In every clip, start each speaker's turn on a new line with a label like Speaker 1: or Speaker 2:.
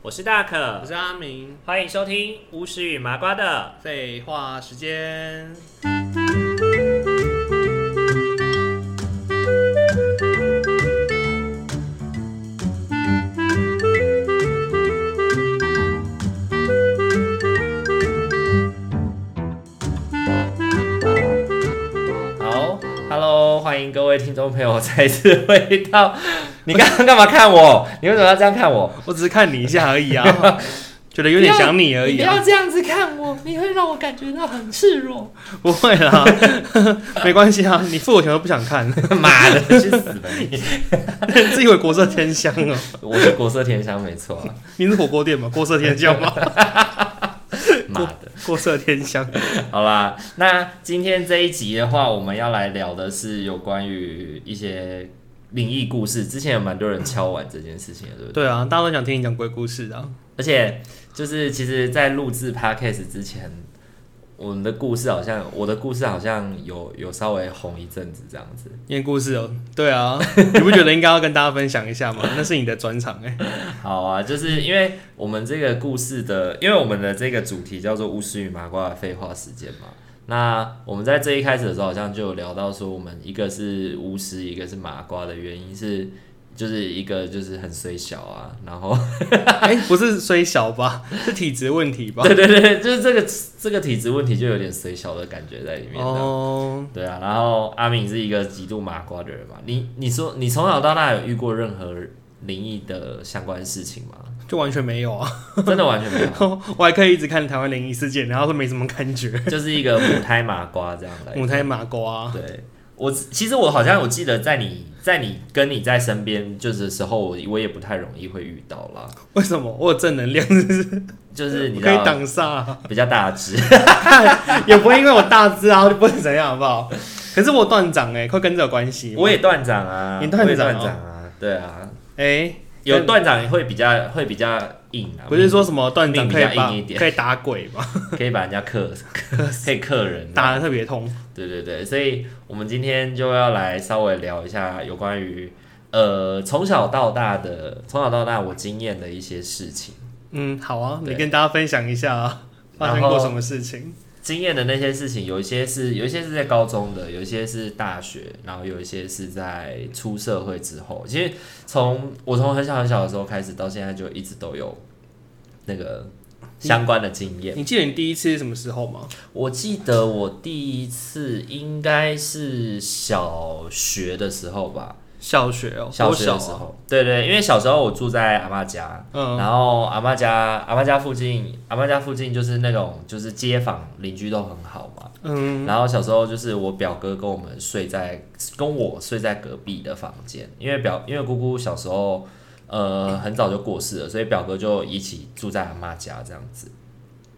Speaker 1: 我是大可
Speaker 2: 我，是阿明，
Speaker 1: 欢迎收听巫师与麻瓜的。
Speaker 2: 废话时间。
Speaker 1: 好，Hello，欢迎各位听众朋友再次回到。 你刚刚干嘛看我？你为什么要这样看我？
Speaker 2: 我只是看你一下而已 啊，觉得有点想你而已、啊。
Speaker 1: 这样子看我，你会让我感觉到很赤裸。
Speaker 2: 不会啦， 没关系啊，你付我钱都不想看，
Speaker 1: 妈的，去死吧 你！
Speaker 2: 自以为国色天香哦、
Speaker 1: 我是国色天香，没错 啊。
Speaker 2: 你是火锅店吗？国色天香 吗？
Speaker 1: 妈的，
Speaker 2: 国色天香。
Speaker 1: 好啦，那今天这一集的话，我们要来聊的是有关于一些灵异故事。之前有蛮多人敲碗这件事情的，对不对？
Speaker 2: 对啊，大家都想听你讲鬼故事啊。
Speaker 1: 而且就是其实，在录制 podcast 之前，我们的故事好像我的故事好像有有稍微红一阵子这样子。
Speaker 2: 念故事哦，对 啊，你不觉得应该要跟大家分享一下吗？那是你的专场哎、
Speaker 1: 好啊，就是因为我们这个故事的，因为我们的这个主题叫做巫师与麻瓜的废话时间嘛。那我们在这一开始的时候，好像就有聊到说，我们一个是巫师，一个是麻瓜的原因是，就是一个就是很虽小啊，然后
Speaker 2: 哎、不是虽小吧，是体质问题 吧？
Speaker 1: 对对对，就是这个这个体质问题就有点虽小的感觉在里面。啊这样
Speaker 2: 哦，
Speaker 1: 对啊，然后阿敏是一个极度麻瓜的人嘛，你你说你从小到大有遇过任何灵异的相关事情吗？
Speaker 2: 就完全没有啊，
Speaker 1: 真的完全没有，
Speaker 2: 我还可以一直看台湾灵异事件，然后都没什么感觉。
Speaker 1: 就是一个母胎麻瓜这样来。
Speaker 2: 母胎麻瓜、啊，
Speaker 1: 对我其实我好像我记得在你在你跟你在身边就是的时候，我我也不太容易会遇到啦，
Speaker 2: 为什么我有正能量？是不是
Speaker 1: 就是你
Speaker 2: 我
Speaker 1: 知
Speaker 2: 可以
Speaker 1: 道
Speaker 2: 挡煞啊、
Speaker 1: 比较大只，
Speaker 2: 也不会因为我大只啊就不能怎样，好 不好？可是我断掌哎、会跟这有关系吗？
Speaker 1: 我也断掌啊，
Speaker 2: 你断掌哦
Speaker 1: 我也断掌啊，对啊，
Speaker 2: 哎、
Speaker 1: 有断掌会比较会比较硬啊，
Speaker 2: 不是说什么断掌可以把
Speaker 1: 命比较硬一点
Speaker 2: 可以打鬼吗？
Speaker 1: 可以把人家 克，可以克人啊
Speaker 2: 打的特别痛，
Speaker 1: 对对对，所以我们今天就要来稍微聊一下有关于呃从小到大的从小到大我经验的一些事情，
Speaker 2: 嗯，好啊，
Speaker 1: 对
Speaker 2: 你跟大家分享一下啊，发生
Speaker 1: 然后
Speaker 2: 过什么事情？
Speaker 1: 经验的那些事情，有一些是有一些是在高中的，有一些是大学，然后有一些是在出社会之后。其实从我从很小很小的时候开始到现在，就一直都有那个相关的经验。
Speaker 2: 你记得你第一次是什么时候吗？
Speaker 1: 我记得我第一次应该是小学的时候吧，
Speaker 2: 小学哦、
Speaker 1: 小
Speaker 2: 多
Speaker 1: 学的时
Speaker 2: 小啊
Speaker 1: 候，对对，因为小时候我住在阿妈家，
Speaker 2: 嗯，
Speaker 1: 然后阿妈家阿妈家附近，阿妈家附近就是那种就是街坊邻居都很好嘛。
Speaker 2: 嗯，
Speaker 1: 然后小时候就是我表哥跟我们睡在跟我睡在隔壁的房间，因为表因为姑姑小时候呃很早就过世了，所以表哥就一起住在阿妈家这样子。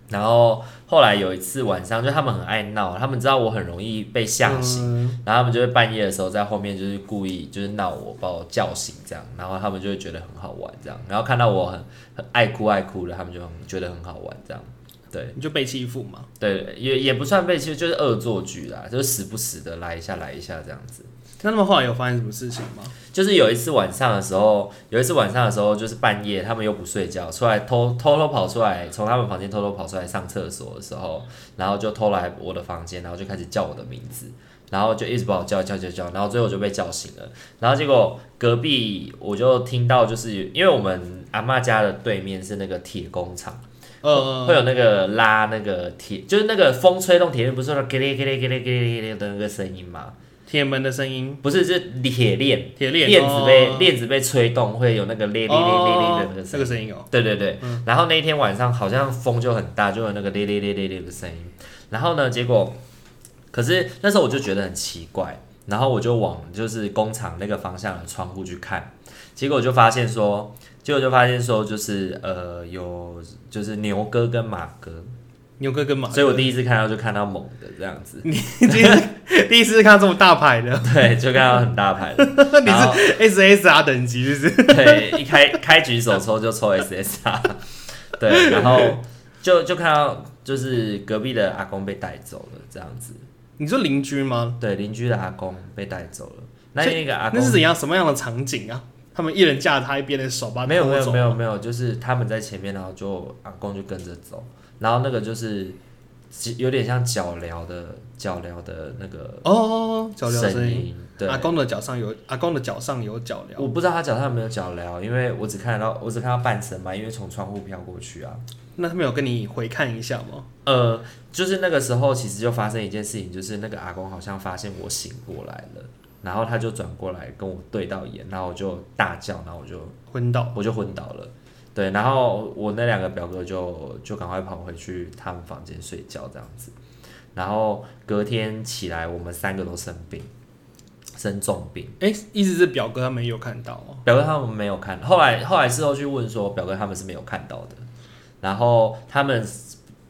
Speaker 1: 然后后来有一次晚上，就他们很爱闹，他们知道我很容易被
Speaker 2: 嗯
Speaker 1: 吓醒，然后他们就会半夜的时候在后面就是故意就是闹我，把我叫醒这样，然后他们就会觉得很好玩这样，然后看到我很很爱哭爱哭的，他们就很觉得很好玩这样，对。
Speaker 2: 你就被欺负嘛？
Speaker 1: 对，也也不算被欺负，就是恶作剧啦，就是时不时的来一下来一下这样子。
Speaker 2: 那他们后来有发生什么事情吗？
Speaker 1: 就是有一次晚上的时候，有一次晚上的时候，就是半夜他们又不睡觉，出来偷偷偷跑出来，从他们房间偷偷跑出来上厕所的时候，然后就偷来我的房间，然后就开始叫我的名字，然后就一直把我叫叫叫叫，然后最后就被叫醒了。然后结果隔壁我就听到，就是因为我们阿嬷家的对面是那个铁工厂。
Speaker 2: 呃，
Speaker 1: 会有那个拉那个铁，就是那个风吹动铁链，不是说咯咧咯咧咯咧咯咧咯咧的那个声音吗？
Speaker 2: 铁门的声音，
Speaker 1: 不是，是铁链，
Speaker 2: 铁链
Speaker 1: 链子被
Speaker 2: 哦
Speaker 1: 链子被吹动，会有那个咧咧咧咧咧的那个
Speaker 2: 这
Speaker 1: 声
Speaker 2: 个
Speaker 1: 音。
Speaker 2: 声音哦、
Speaker 1: 对对对，然后那一天晚上好像风就很大，就有那个咧咧咧咧咧的声音。然后呢，结果，可是那时候我就觉得很奇怪，然后我就往就是工厂那个方向的窗户去看，结果就发现说，结果就发现说就是呃有就是牛哥跟马哥，
Speaker 2: 牛哥跟马哥，
Speaker 1: 所以我第一次看到就看到猛的这样 子，
Speaker 2: 第一次第一次看到这么大牌的，
Speaker 1: 对，就看到很大牌的。
Speaker 2: 你
Speaker 1: 然后
Speaker 2: 是 SSR 等级是不 是？
Speaker 1: 对，一开开局手抽就抽 SSR，对，然后就就看到就是隔壁的阿公被带走了这样子，
Speaker 2: 你说邻居吗？
Speaker 1: 对，邻居的阿公被带走了。那
Speaker 2: 所
Speaker 1: 那个阿公
Speaker 2: 那是怎样什么样的场景啊？他们一人架着他一边的手把他
Speaker 1: 没有没
Speaker 2: 拖走
Speaker 1: 有没有没有，就是他们在前面，然后就阿公就跟着走，然后那个就是其有点像脚镣的脚镣的那个
Speaker 2: 哦哦，哦脚镣声
Speaker 1: 声
Speaker 2: 音。
Speaker 1: 音，对。
Speaker 2: 阿公的脚上有阿公的脚上有脚镣，
Speaker 1: 我不知道他脚上有没有脚镣，因为我只看得到我只看到半身嘛，因为从窗户飘过去啊。
Speaker 2: 那他们有跟你回看一下吗？
Speaker 1: 呃，就是那个时候，其实就发生一件事情，就是那个阿公好像发现我醒过来了，然后他就转过来跟我对到眼，然后我就大叫，然后我就
Speaker 2: 昏倒，
Speaker 1: 我就昏倒了。对，然后我那两个表哥就就赶快跑回去他们房间睡觉这样子，然后隔天起来，我们三个都生病，生重病。
Speaker 2: 哎、意思是表哥他们有看到哦。
Speaker 1: 表哥他们没有看，后来后来事后去问说，表哥他们是没有看到的。然后他们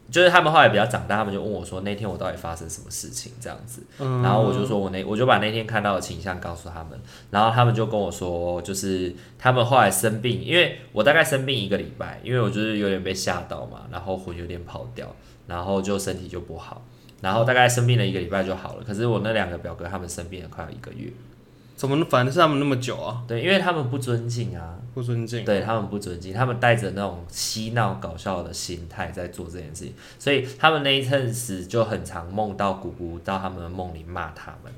Speaker 1: 就是他们后来比较长大，他们就问我说，那天我到底发生什么事情这样子。
Speaker 2: 嗯，
Speaker 1: 然后我就说我那我就把那天看到的倾向告诉他们，然后他们就跟我说，就是他们后来生病，因为我大概生病一个礼拜，因为我就是有点被吓到嘛，然后魂有点跑掉，然后就身体就不好，然后大概生病了一个礼拜就好了。可是我那两个表哥他们生病了快要一个月，
Speaker 2: 怎么反正是他们那么久啊，
Speaker 1: 对，因为他们不尊敬啊，
Speaker 2: 不尊敬。
Speaker 1: 对他们不尊敬，他们带着那种嬉闹搞笑的心态在做这件事情，所以他们那一阵子就很常梦到姑姑到他们的梦里骂他们。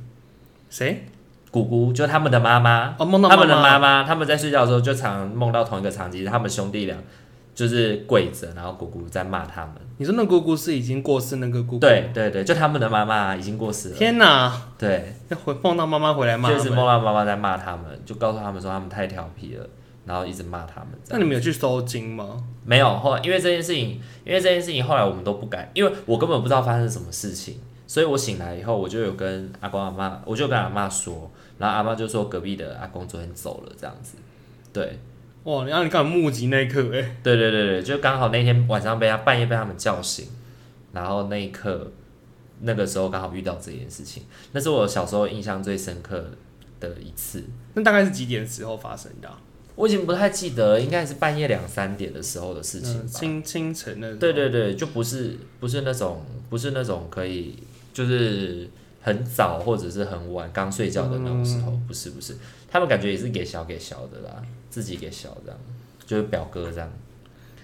Speaker 2: 谁？
Speaker 1: 姑姑就他们的妈妈，
Speaker 2: 哦，梦到
Speaker 1: 他们的
Speaker 2: 妈
Speaker 1: 妈妈，他们在睡觉的时候就常梦到同一个场景，他们兄弟俩就是跪着，然后姑姑在骂他们。
Speaker 2: 你说那姑姑是已经过世那个姑姑？，
Speaker 1: 对对对，就他们的妈妈已经过世了，
Speaker 2: 天哪，
Speaker 1: 对，
Speaker 2: 要回梦到妈妈回来骂
Speaker 1: 就
Speaker 2: 他
Speaker 1: 是
Speaker 2: 们。
Speaker 1: 梦到妈妈在骂他们，就告诉他们说他们太调皮了，然后一直骂他们。这样
Speaker 2: 那你们有去收金吗？
Speaker 1: 没有，后来因为这件事情，因为这件事情后来我们都不敢，因为我根本不知道发生什么事情，所以我醒来以后我就有跟阿公阿妈，我就跟阿妈说，然后阿妈就说隔壁的阿公昨天走了这样子，对，
Speaker 2: 哇，然后你刚好目击哦那一刻、哎，
Speaker 1: 对对对对，就刚好那天晚上被他半夜被他们叫醒，然后那一刻，那个时候刚好遇到这件事情，那是我小时候印象最深刻的一次，
Speaker 2: 那大概是几点时候发生的、啊？
Speaker 1: 我已经不太记得了，应该是半夜两三点的时候的事情
Speaker 2: 嗯
Speaker 1: 吧。
Speaker 2: 清清晨的时候。
Speaker 1: 对对对，就不是不是那种不是那种可以就是很早或者是很晚刚睡觉的那种时候，
Speaker 2: 嗯
Speaker 1: 不是不是，他们感觉也是给小给小的啦，自己给小这样，就是表哥这样。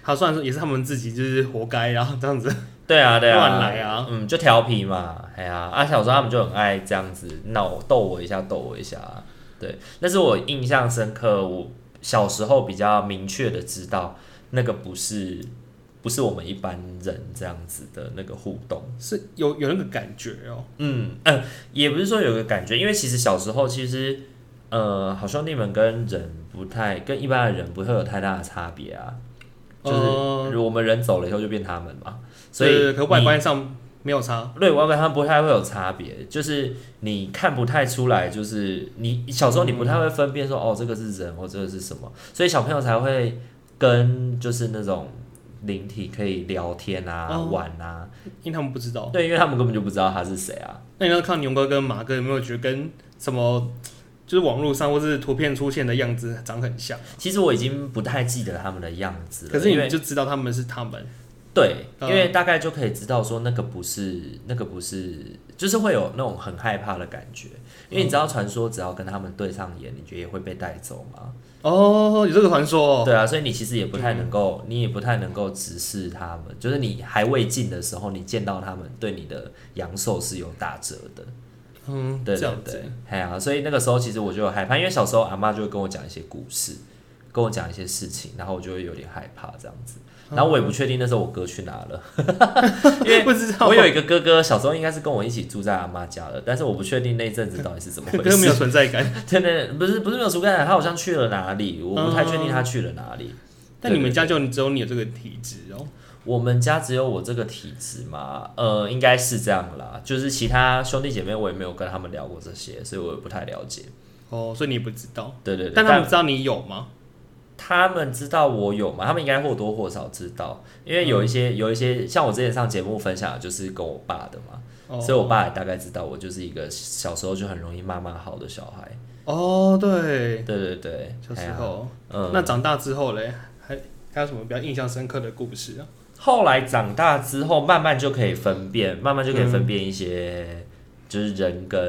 Speaker 2: 他虽然说也是他们自己就是活该啊，这样子。
Speaker 1: 对啊，对啊，
Speaker 2: 乱来啊，
Speaker 1: 嗯，就调皮嘛，哎呀、啊，小时候他们就很爱这样子闹逗我一下，逗我一下啊，对，那是我印象深刻，我小时候比较明确的知道那个不是不是我们一般人这样子的那个互动，
Speaker 2: 是有有那个感觉哦、
Speaker 1: 嗯嗯，也不是说有个感觉，因为其实小时候其实呃，好兄弟们跟人不太跟一般的人不会有太大的差别啊，就
Speaker 2: 呃
Speaker 1: 是我们人走了以后就变他们嘛，所
Speaker 2: 对对
Speaker 1: 以
Speaker 2: 对可外
Speaker 1: 你
Speaker 2: 观上没有差。
Speaker 1: 对，外观它不太会有差别，就是你看不太出来，就是你小时候你不太会分辨说、哦这个是人或这个是什么，所以小朋友才会跟就是那种灵体可以聊天啊、
Speaker 2: 哦
Speaker 1: 玩啊，
Speaker 2: 因为他们不知道。
Speaker 1: 对，因为他们根本就不知道他是谁啊，
Speaker 2: 那你要看牛哥跟马哥有没有觉得跟什么，就是网络上或是图片出现的样子长很像，
Speaker 1: 其实我已经不太记得他们的样子了，
Speaker 2: 可是你
Speaker 1: 因
Speaker 2: 们
Speaker 1: 为
Speaker 2: 就知道他们是他们。
Speaker 1: 对，因
Speaker 2: 嗯
Speaker 1: 为大概就可以知道说那个不是那个不是，就是会有那种很害怕的感觉，因为你知道传说只要跟他们对上眼，你觉得也会被带走吗？
Speaker 2: 哦，有这个传说、哦。嗯
Speaker 1: 对啊，所以你其实也不太能够，你也不太能够直视他们，就是你还未进的时候，你见到他们对你的阳寿是有打折的。
Speaker 2: 嗯，
Speaker 1: 对
Speaker 2: 这
Speaker 1: 对
Speaker 2: 样
Speaker 1: 对
Speaker 2: 子。，
Speaker 1: 哎呀、所以那个时候其实我就有害怕，因为小时候阿妈就会跟我讲一些故事，跟我讲一些事情，然后我就会有点害怕这样子。然后我也不确定那时候我哥去哪了，因为
Speaker 2: 不知道
Speaker 1: 我有一个哥哥，小时候应该是跟我一起住在阿妈家的，但是我不确定那一阵子到底是怎么回
Speaker 2: 哥
Speaker 1: 事。
Speaker 2: 哥没 有存在感，
Speaker 1: 真的不是不是没有竹竿仔，他好像去了哪里，我不太确定他去了哪里。
Speaker 2: 但你们
Speaker 1: 对
Speaker 2: 家就只有你有这个体质哦。
Speaker 1: 我们家只有我这个体质嘛，呃，应该是这样啦。就是其他兄弟姐妹，我也没有跟他们聊过这些，所以我也不太了解。
Speaker 2: 哦，所以你也不知道，
Speaker 1: 对对对，
Speaker 2: 但他们知道你有吗？
Speaker 1: 他们知道我有嘛？他们应该或多或少知道，因为有一
Speaker 2: 嗯
Speaker 1: 些、有一些像我之前上节目分享，的就是跟我爸的嘛，
Speaker 2: 哦，
Speaker 1: 所以我爸也大概知道我就是一个小时候就很容易骂骂好的小孩。
Speaker 2: 哦，对，
Speaker 1: 对对对，
Speaker 2: 小
Speaker 1: 哎
Speaker 2: 时
Speaker 1: 呀
Speaker 2: 候。
Speaker 1: 嗯，
Speaker 2: 那长大之后嘞，还还有什么比较印象深刻的故事啊？
Speaker 1: 后来长大之后，慢慢就可以分辨，慢慢就可以分辨一些，就是人跟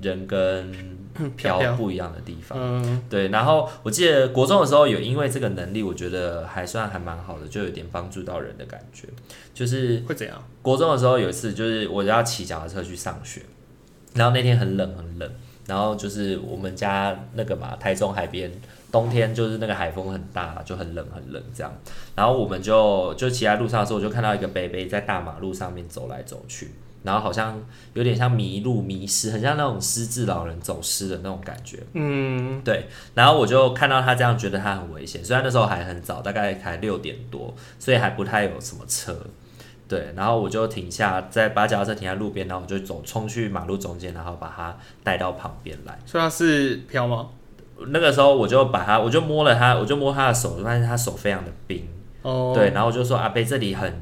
Speaker 1: 人跟
Speaker 2: 飘
Speaker 1: 嗯飘
Speaker 2: 飘
Speaker 1: 不一样的地方。
Speaker 2: 嗯，
Speaker 1: 对，然后我记得国中的时候有因为这个能力，我觉得还算还蛮好的，就有点帮助到人的感觉。就是
Speaker 2: 会怎样？
Speaker 1: 国中的时候有一次，就是我要骑脚踏车去上学，然后那天很冷很冷，然后就是我们家那个嘛，台中海边，冬天就是那个海风很大，就很冷很冷这样。然后我们就就骑在路上的时候，我就看到一个北北在大马路上面走来走去，然后好像有点像迷路迷失，很像那种失智老人走失的那种感觉。
Speaker 2: 嗯，
Speaker 1: 对，然后我就看到他这样，觉得他很危险。虽然那时候还很早，大概才六点多，所以还不太有什么车。对，然后我就停下，再把脚踏车停在路边，然后我就走冲去马路中间，然后把他带到旁边来。
Speaker 2: 所以它是飘吗？
Speaker 1: 那个时候我就把他，我就摸了他，我就摸他的手，发现他手非常的冰。
Speaker 2: 哦，
Speaker 1: 对，，然后我就说阿贝这里很，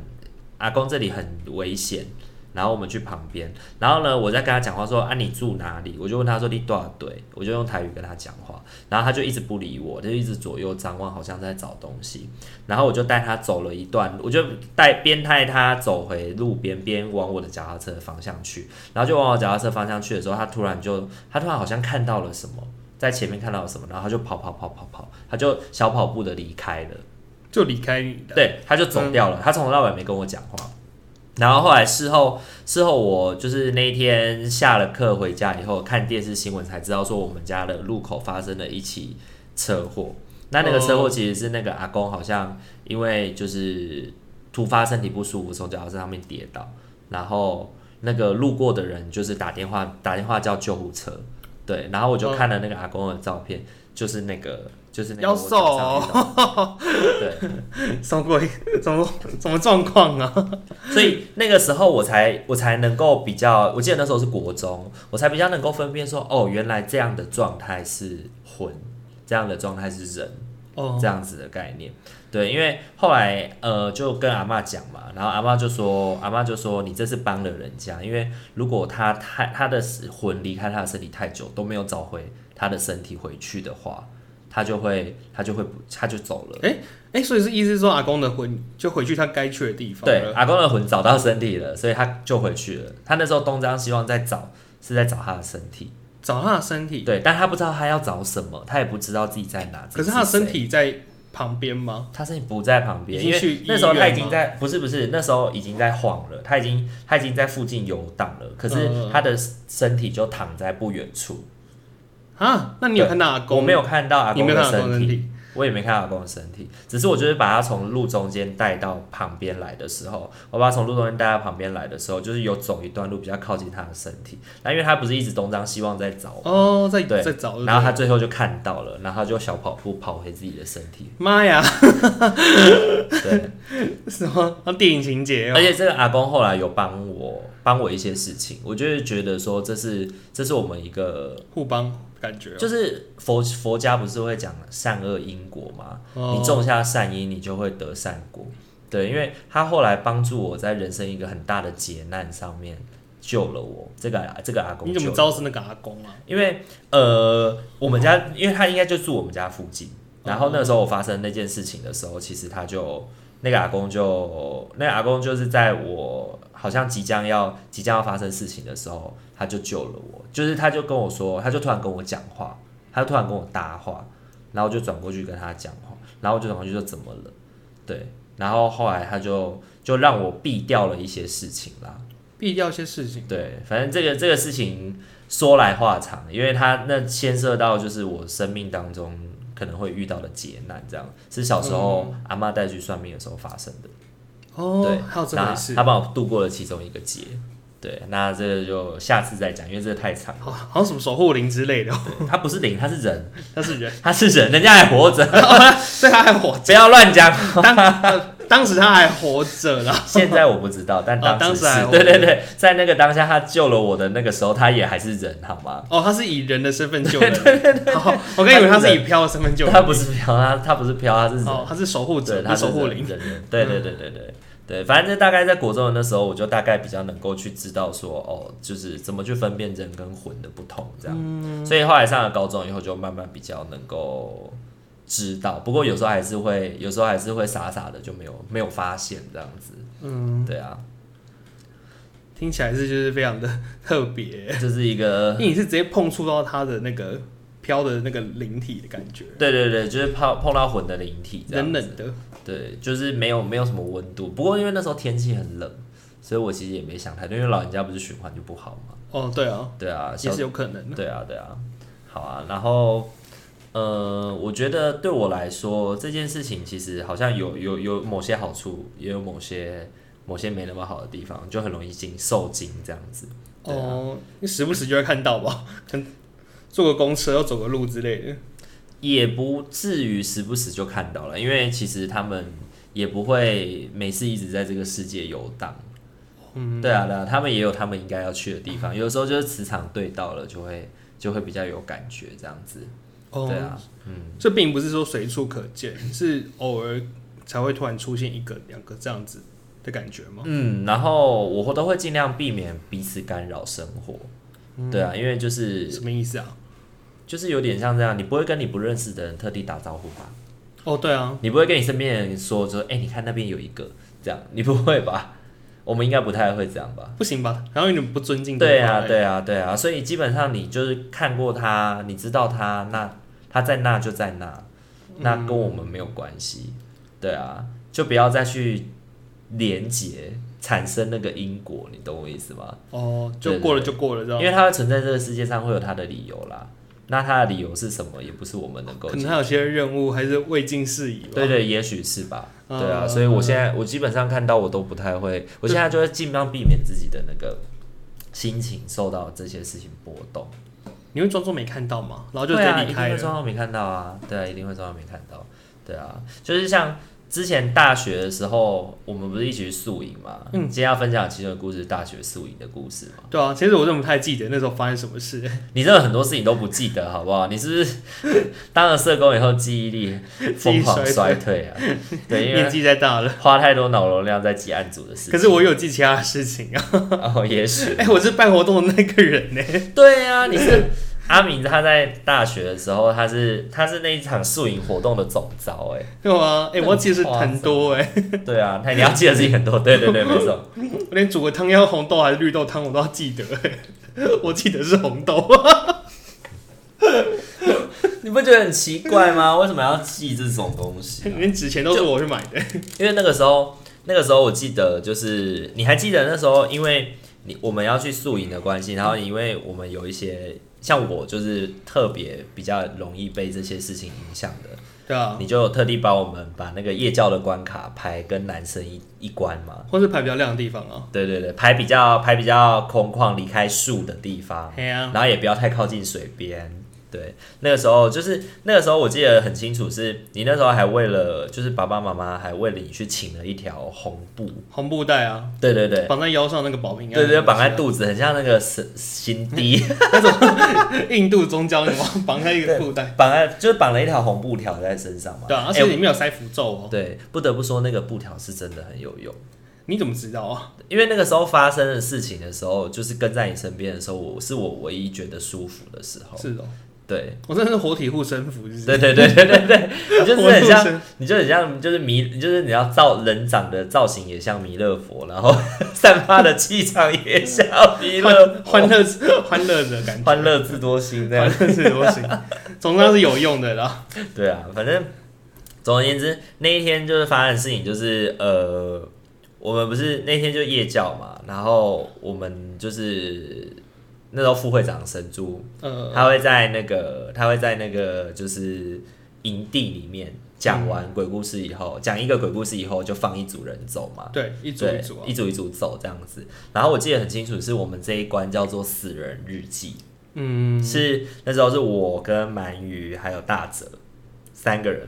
Speaker 1: 阿公这里很危险，然后我们去旁边。然后呢，我在跟他讲话说啊你住哪里？我就问他说你多少岁？我就用台语跟他讲话，然后他就一直不理我，就一直左右张望，好像在找东西。然后我就带他走了一段，我就带边带他走回路边，边往我的脚踏车的方向去。然后就往我脚踏车方向去的时候，他突然就他突然好像看到了什么。在前面看到了什么，然后他就跑跑跑跑跑，他就小跑步的离开了。
Speaker 2: 就离开你 的。嗯
Speaker 1: 对，他就走掉了，他从头到尾没跟我讲话。然后后来事后事后，我就是那一天下了课回家以后看电视新闻才知道，说我们家的路口发生了一起车祸。那那个车
Speaker 2: 哦
Speaker 1: 祸其实是那个阿公好像因为就是突发身体不舒服，从脚踏车上面跌倒，然后那个路过的人就是打电话打电话叫救护车。对，然后我就看了那个阿公的照片，就是那个就是那个
Speaker 2: 嗯要
Speaker 1: 我脚上
Speaker 2: 瘦
Speaker 1: 跌倒的对，
Speaker 2: 什么鬼？什么什么状况啊？
Speaker 1: 所以那个时候我才我才能够比较，我记得那时候是国中，我才比较能够分辨说，哦，原来这样的状态是魂，这样的状态是人，
Speaker 2: 哦，
Speaker 1: 这样子的概念。对，因为后来呃就跟阿嬷讲嘛，然后阿嬷就说，阿嬷就说你这是帮了人家，因为如果他太他的魂离开他的身体太久都没有找回他的身体回去的话，他就会他就会不他就走了。
Speaker 2: 哎、所以是意思是说阿公的魂就回去他该去的地方
Speaker 1: 对，
Speaker 2: 了。
Speaker 1: 阿公的魂找到身体了，所以他就回去了。他那时候东张西望在找，是在找他的身体。
Speaker 2: 找他的身体，
Speaker 1: 对，但他不知道他要找什么，他也不知道自己在哪。
Speaker 2: 可
Speaker 1: 自己
Speaker 2: 是他的身
Speaker 1: 谁，
Speaker 2: 体在旁边吗？
Speaker 1: 他身体不在旁
Speaker 2: 已
Speaker 1: 边，
Speaker 2: 经
Speaker 1: 因
Speaker 2: 去
Speaker 1: 为
Speaker 2: 医
Speaker 1: 那时候他
Speaker 2: 院
Speaker 1: 已经
Speaker 2: 吗
Speaker 1: 在，不是不是，那时候已经在晃了，他已经他已经在附近游荡了，可是
Speaker 2: 嗯
Speaker 1: 他的身体就躺在不远处。
Speaker 2: 啊，那你有
Speaker 1: 对
Speaker 2: 看到阿公？
Speaker 1: 我没有看到阿
Speaker 2: 你
Speaker 1: 公
Speaker 2: 没有
Speaker 1: 的
Speaker 2: 看到阿公
Speaker 1: 身
Speaker 2: 身
Speaker 1: 体，
Speaker 2: 体？
Speaker 1: 我也没看到阿公的身体，只是我就是把他从路中间带到旁边来的时候，我把他从路中间带到旁边来的时候，就是有走一段路比较靠近他的身体，那因为他不是一直东张西望在找我，
Speaker 2: 哦，在
Speaker 1: 对
Speaker 2: 在找。
Speaker 1: 然后他最后就看到了，然后他就小跑步跑回自己的身 体，
Speaker 2: 妈呀，
Speaker 1: 对，
Speaker 2: 什么？啊电影情节哦
Speaker 1: 而。且这个阿公后来有帮我帮我一些事情，我就是觉得说这是这是我们一个。
Speaker 2: 互帮感觉哦、
Speaker 1: 就是佛佛家不是会讲善恶因果吗？
Speaker 2: 哦
Speaker 1: 你种下善因，你就会得善果。对，因为他后来帮助我在人生一个很大的劫难上面救了我，这个这个阿公
Speaker 2: 你怎么
Speaker 1: 救
Speaker 2: 知
Speaker 1: 了我。
Speaker 2: 道是那个阿公啊？
Speaker 1: 因为呃，我们家因为他应该就住我们家附近，然后那时候我发生那件事情的时候，其实他就那个阿公就那个阿公就是在我好像即将要即将要发生事情的时候，他就救了我，就是他就跟我说，他就突然跟我讲话，他就突然跟我搭话，然后我就转过去跟他讲话，然后我就转过去说怎么了，对，然后后来他就就让我避掉了一些事情啦，
Speaker 2: 避掉一些事情，
Speaker 1: 对，反正这个这个事情说来话长，因为它那牵涉到就是我生命当中可能会遇到的劫难，这样是小时候、
Speaker 2: 嗯
Speaker 1: 阿妈带去算命的时候发生的。
Speaker 2: 哦
Speaker 1: 对，，
Speaker 2: 还有这
Speaker 1: 那
Speaker 2: 回事
Speaker 1: 他，帮我度过了其中一个劫。对，那这个就下次再讲，因为这个太长了。
Speaker 2: 好，好像什么守护灵之类的哦，
Speaker 1: 他不是灵，他是人，
Speaker 2: 他是人，
Speaker 1: 他是人，人家还活 着，
Speaker 2: 所以他还活，
Speaker 1: 不要乱讲。
Speaker 2: 当时他还活着啦。
Speaker 1: 现在我不知道，但
Speaker 2: 哦
Speaker 1: 当
Speaker 2: 当
Speaker 1: 时
Speaker 2: 时
Speaker 1: 是、
Speaker 2: 还活
Speaker 1: 对
Speaker 2: 着
Speaker 1: 对对，在那个当下他救了我的那个时候，他也还是人，好吗？
Speaker 2: 哦，他是以人的身份救人， 好，我刚以为他是以飘的身份救人，
Speaker 1: 他不是飘，他他不是飘，他是人。
Speaker 2: 哦，他是守护者，
Speaker 1: 对，
Speaker 2: 不
Speaker 1: 他
Speaker 2: 是守护灵
Speaker 1: 人，人对对对对对对，反正就大概在国中的那时候，我就大概比较能够去知道说，哦，就是怎么去分辨人跟魂的不同这样。
Speaker 2: 嗯
Speaker 1: 所以后来上了高中以后，就慢慢比较能够知道，不过有时候还是会，有时候还是会傻傻的就没有没有发现这样子。嗯，对啊。
Speaker 2: 听起来是就是非常的特别，
Speaker 1: 这是一个
Speaker 2: 因为你是直接碰触到它的那个飘的那个灵体的感觉，
Speaker 1: 对对对，就是碰碰到魂的灵体这样
Speaker 2: 冷
Speaker 1: 子，
Speaker 2: 冷的。
Speaker 1: 对，就是没有没有什么温度。不过因为那时候天气很冷，所以我其实也没想太多，因为老人家不是循环就不好嘛。
Speaker 2: 哦，对啊，
Speaker 1: 对啊，
Speaker 2: 也
Speaker 1: 小
Speaker 2: 是有可能的。
Speaker 1: 对啊，对啊，好啊。然后，呃，我觉得对我来说这件事情其实好像有有有某些好处，也有某些某些没那么好的地方，就很容易经受惊这样子。对啊
Speaker 2: 哦，你时不时就会看到吧？可能坐个公车要走个路之类的。
Speaker 1: 也不至于时不时就看到了，因为其实他们也不会每次一直在这个世界游荡。
Speaker 2: 嗯，
Speaker 1: 对啊，对啊，他们也有他们应该要去的地方，有时候就是磁场对到了，就会就会比较有感觉这样子。
Speaker 2: 哦，
Speaker 1: 对啊，
Speaker 2: 这并不是说随处可见，是偶尔才会突然出现一个、两个这样子的感觉吗？
Speaker 1: 嗯，然后我都会尽量避免彼此干扰生活。对啊，因为就是
Speaker 2: 什么意思啊？
Speaker 1: 就是有点像这样，你不会跟你不认识的人特地打招呼吧？
Speaker 2: 哦，对啊，
Speaker 1: 你不会跟你身边的人说说，哎、你看那边有一个这样，你不会吧？ 我们应该不太会这样吧？
Speaker 2: 不行吧？然后有点不尊敬
Speaker 1: 对
Speaker 2: 方
Speaker 1: 啊，
Speaker 2: 欸，
Speaker 1: 对啊，对啊，所以基本上你就是看过他，你知道他，那他在那就在那，那跟我们没有关系。对啊，就不要再去连结产生那个因果，你懂我意思吗？
Speaker 2: 哦，
Speaker 1: 对
Speaker 2: 就
Speaker 1: 对
Speaker 2: 过了就过了，这
Speaker 1: 因
Speaker 2: 样。
Speaker 1: 为它会存在这个世界上，会有它的理由啦。那它的理由是什么，也不是我们能够
Speaker 2: 可。能还有些任务还是未尽事宜吧。
Speaker 1: 对对，也许是吧。对
Speaker 2: 嗯
Speaker 1: 啊，所以我现在我基本上看到我都不太会，我现在就会尽量避免自己的那个心情受到这些事情波动。
Speaker 2: 你会装作没看到吗？然后就
Speaker 1: 对
Speaker 2: 直
Speaker 1: 啊，一
Speaker 2: 接离
Speaker 1: 定
Speaker 2: 开
Speaker 1: 会
Speaker 2: 了。
Speaker 1: 装到没看到啊，对啊，一定会装到没看到，对啊，就是像之前大学的时候，我们不是一起去宿营嘛，嗯，今天要分享的其中的故事，是大学宿营的故事嘛，
Speaker 2: 对啊，其实我真的不太记得那时候发生什么事，
Speaker 1: 你真的很多事情都不记得，好不好？你是不是当了社工以后记忆 力疯狂衰退啊？对，因
Speaker 2: 年
Speaker 1: 为
Speaker 2: 纪太大了。
Speaker 1: 花太多脑容量在记案组的事情。
Speaker 2: 可是我有记其他事情啊，
Speaker 1: 哦，也许
Speaker 2: 哎、我是办活动的那个人呢、
Speaker 1: 对啊，你是阿明，他在大学的时候，他是他是那一场宿营活动的总招、哎。
Speaker 2: 对吗？哎、
Speaker 1: 那
Speaker 2: 我要记的是很多哎、
Speaker 1: 对啊，他你要记得自己很多，对对对，没错。
Speaker 2: 我连煮个汤要红豆还是绿豆汤我都要记得、欸，我记得是红豆。
Speaker 1: 你不觉得很奇怪吗？为什么要记这种东西啊、
Speaker 2: 连纸钱都是我去买的。
Speaker 1: 因为那个时候，那个时候我记得就是，你还记得那时候，因为你我们要去宿营的关系，然后因为我们有一些像我就是特别比较容易被这些事情影响的，
Speaker 2: 对啊，
Speaker 1: 你就有特地帮我们把那个夜教的关卡排跟男生一一关嘛。
Speaker 2: 或是排比较亮的地方啊。
Speaker 1: 对对对，排比较排比较空旷、离开树的地方。
Speaker 2: 嘿啊，
Speaker 1: 然后也不要太靠近水边。对，那个时候就是那个时候，我记得很清楚是，你那时候还为了就是爸爸妈妈还为了你去请了一条红布，
Speaker 2: 红布袋啊，
Speaker 1: 对对对，
Speaker 2: 绑在腰上那个保平安。
Speaker 1: 对对，绑在肚子，很像那个神心滴，
Speaker 2: 啊印度宗教那种绑在一个布 袋。
Speaker 1: 绑在就是绑了一条红布条在身上嘛。
Speaker 2: 对啊，而
Speaker 1: 哎
Speaker 2: 且里面有塞符咒哦、
Speaker 1: 对，不得不说那个布条是真的很有用，
Speaker 2: 你怎么知道啊？
Speaker 1: 因为那个时候发生的事情的时候，就是跟在你身边的时候，我是我唯一觉得舒服的时候。
Speaker 2: 是哦、
Speaker 1: 对，
Speaker 2: 我真的是活体护身符，就是
Speaker 1: 对对对对对对，你就是很
Speaker 2: 我入
Speaker 1: 像，你就很像，就是弥，你就是你要造人长的造型也像弥勒佛，然后 散发的气场也像弥勒
Speaker 2: 欢欢乐欢乐的感觉，
Speaker 1: 欢乐智多星这样。
Speaker 2: 反正是都行，总之它是有用的啦。
Speaker 1: 对啊，反正总而言之，那一天就是发生的事情就是呃，我们不是那天就夜教嘛，然后我们就是那时候副会长神珠
Speaker 2: 呃，
Speaker 1: 他会在那个他会在那个就是营地里面讲完鬼故事以后，讲、一个鬼故事以后就放一组人走嘛，
Speaker 2: 对，一组
Speaker 1: 对
Speaker 2: 一组啊
Speaker 1: 一，组一组走这样子。然后我记得很清楚，是我们这一关叫做死人日记，
Speaker 2: 嗯，
Speaker 1: 是那时候是我跟鳗鱼还有大泽三个人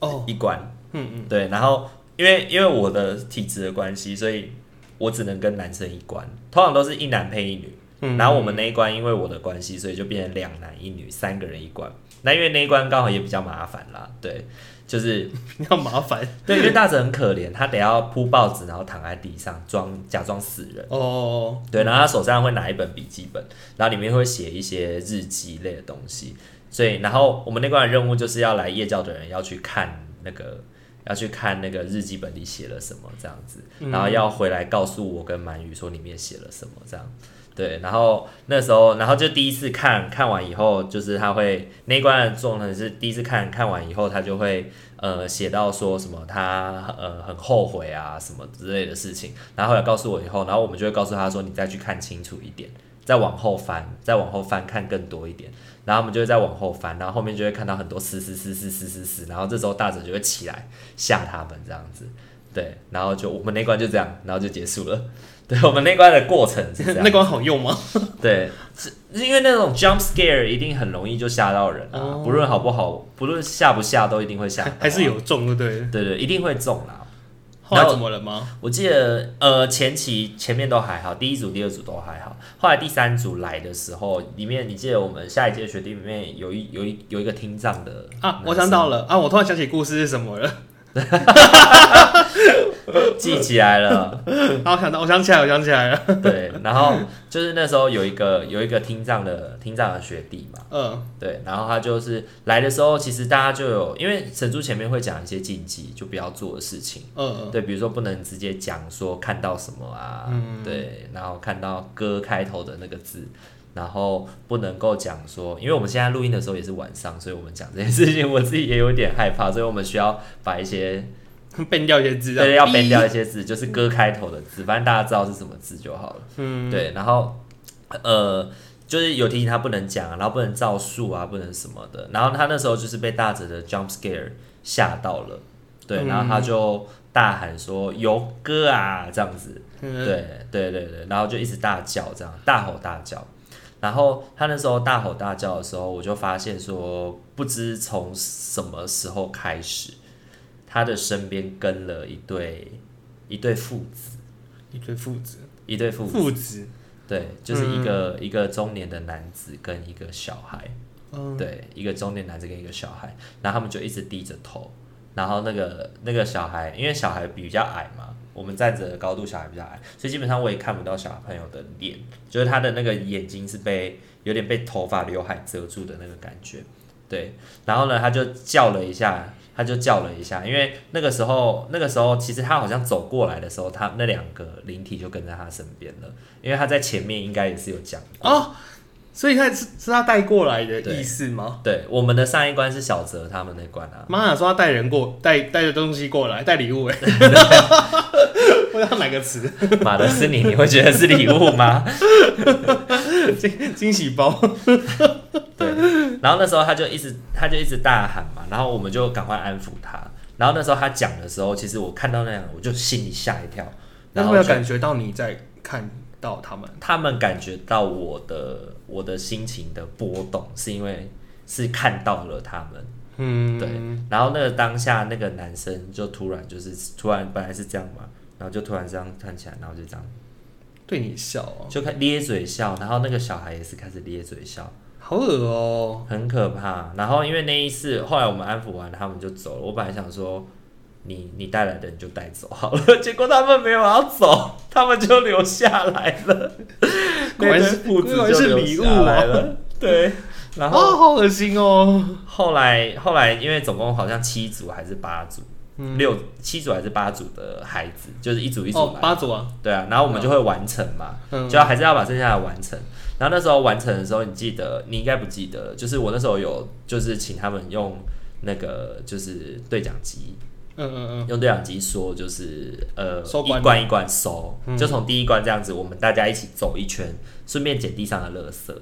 Speaker 2: 哦，
Speaker 1: 一关，
Speaker 2: 嗯嗯，
Speaker 1: 对，然后因为因为我的体质的关系，所以我只能跟男生一关，通常都是一男配一女。
Speaker 2: 嗯
Speaker 1: 然后我们那一关因为我的关系，所以就变成两男一女三个人一关。那因为那一关刚好也比较麻烦啦，对，就是
Speaker 2: 比较麻烦
Speaker 1: 对，因为大泽很可怜，他得要铺报纸，然后躺在地上装假装死人。
Speaker 2: 哦。
Speaker 1: 对，然后他手上会拿一本笔记本，然后里面会写一些日记类的东西。所以，然后我们那关的任务就是要来夜教的人要去看那个要去看那个日记本里写了什么这样子，然后要回来告诉我跟鳗鱼说里面写了什么这样。对，然后那时候，然后就第一次看看完以后，就是他会那一关的重点是第一次看看完以后，他就会呃写到说什么他呃很后悔啊什么之类的事情，然后后来告诉我以后，然后我们就会告诉他说你再去看清楚一点，再往后翻，再往后翻看更多一点，然后我们就会再往后翻，然后后面就会看到很多撕撕撕撕撕撕撕，然后这时候大者就会起来吓他们这样子，对，然后就我们那关就这样，然后就结束了。对我们那关的过程是这样，
Speaker 2: 那关好 用吗？
Speaker 1: 对，是因为那种 jump scare 一定很容易就吓到人啊，
Speaker 2: 哦
Speaker 1: 不论好不好，不论吓不吓，都一定会吓到啊
Speaker 2: 还是有中，对不对？
Speaker 1: 对对，一定会中啦。
Speaker 2: 后来怎么了吗？
Speaker 1: 我记得呃前期前面都还好，第一组、第二组都还好，后来第三组来的时候，里面你记得我们下一届学弟里面有一有一有一个听障的
Speaker 2: 啊，我想到了啊，我突然想起故事是什么了。
Speaker 1: 记起来了，
Speaker 2: 啊，我想到，我想起来，我想起来了。
Speaker 1: 对，然后就是那时候有一个有一个听障的听障的学弟嘛。
Speaker 2: 嗯，
Speaker 1: 对，然后他就是来的时候，其实大家就有，因为神珠前面会讲一些禁忌，就不要做的事情。
Speaker 2: 嗯，
Speaker 1: 对，比如说不能直接讲说看到什么啊，对，然后看到歌开头的那个字，然后不能够讲说，因为我们现在录音的时候也是晚上，所以我们讲这件事情，我自己也有点害怕，所以 我们需要把一些
Speaker 2: 呃变掉一些资料，
Speaker 1: 对要编掉一些字，就是歌开头的字，反正大家知道是什么字就好了。
Speaker 2: 嗯，
Speaker 1: 对，然后呃，就是有提醒他不能讲啊，然后不能造数啊，不能什么的。然后他那时候就是被大哲的 jump scare 吓到了，对，然
Speaker 2: 嗯
Speaker 1: 后他就大喊说“有哥啊”这样子，
Speaker 2: 嗯，
Speaker 1: 对对对对，然后就一直大叫这样，大吼大叫。然后他那时候大吼大叫的时候，我就发现说，不知从什么时候开始，他的身边跟了一对一对父子，
Speaker 2: 一对父子，
Speaker 1: 一对父子，
Speaker 2: 父子，
Speaker 1: 对，就是一个、一个中年的男子跟一个小孩，
Speaker 2: 嗯，
Speaker 1: 对，一个中年男子跟一个小孩，然后他们就一直低着头，然后那个那个小孩，因为小孩比较矮嘛，我们站着的高度小孩比较矮，所以基本上我也看不到小朋友的脸，就是他的那个眼睛是被有点被头发刘海遮住的那个感觉，对，然后呢，他就叫了一下。他就叫了一下，因为那个时候，那个时候其实他好像走过来的时候，他那两个灵体就跟在他身边了，因为他在前面应该也是有讲过
Speaker 2: 哦，所以他是是他带过来的
Speaker 1: 对
Speaker 2: 意思吗？
Speaker 1: 对，我们的上一关是小泽他们那关啊，
Speaker 2: 妈呀，说他带人过，带带着东西过来，带 礼物哎， 我要哪个词？
Speaker 1: 马的是你，你会觉得是礼物吗？
Speaker 2: 惊惊喜包，
Speaker 1: 对。然后那时候他就一直他就一直大喊嘛，然后我们就赶快安抚他。然后那时候他讲的时候，其实我看到那样，我就心里吓一跳。
Speaker 2: 那
Speaker 1: 然
Speaker 2: 会
Speaker 1: 后
Speaker 2: 不会
Speaker 1: 就
Speaker 2: 感觉到你在看到他们？
Speaker 1: 他们感觉到我的我的心情的波动，是因为是看到了他们。
Speaker 2: 嗯，
Speaker 1: 对，然后那个当下那个男生就突然就是突然本来是这样嘛，然后就突然这样看起来，然后就这样
Speaker 2: 对你笑哦，
Speaker 1: 就开咧嘴笑，然后那个小孩也是开始咧嘴笑，
Speaker 2: 好恶哦，
Speaker 1: 很可怕。然后因为那一次，后来我们安抚完他们就走了。我本来想说，你你带来的你就带走好了，结果他们没有要走，他们就留下来了。
Speaker 2: 果然是
Speaker 1: 那对父子
Speaker 2: 果然
Speaker 1: 就是留
Speaker 2: 礼物
Speaker 1: 下
Speaker 2: 啊
Speaker 1: 来了， 对。然后
Speaker 2: 哦，好恶心哦，
Speaker 1: 后来后来，因为总共好像七组还是八组，六七组还是八组的孩子，就是一组一组
Speaker 2: 嗯哦
Speaker 1: 来，
Speaker 2: 八组啊，
Speaker 1: 对啊，然后我们就会完成嘛，
Speaker 2: 嗯
Speaker 1: 就要还是要把剩下的完成。然后那时候完成的时候，你记得你应该不记得了，就是我那时候有就是请他们用那个就是对讲机，
Speaker 2: 嗯嗯
Speaker 1: 用对讲机说就是呃
Speaker 2: 收嗯
Speaker 1: 一
Speaker 2: 关
Speaker 1: 关一关收，就从第一关这样子，我们大家一起走一圈，顺便捡地上的垃圾，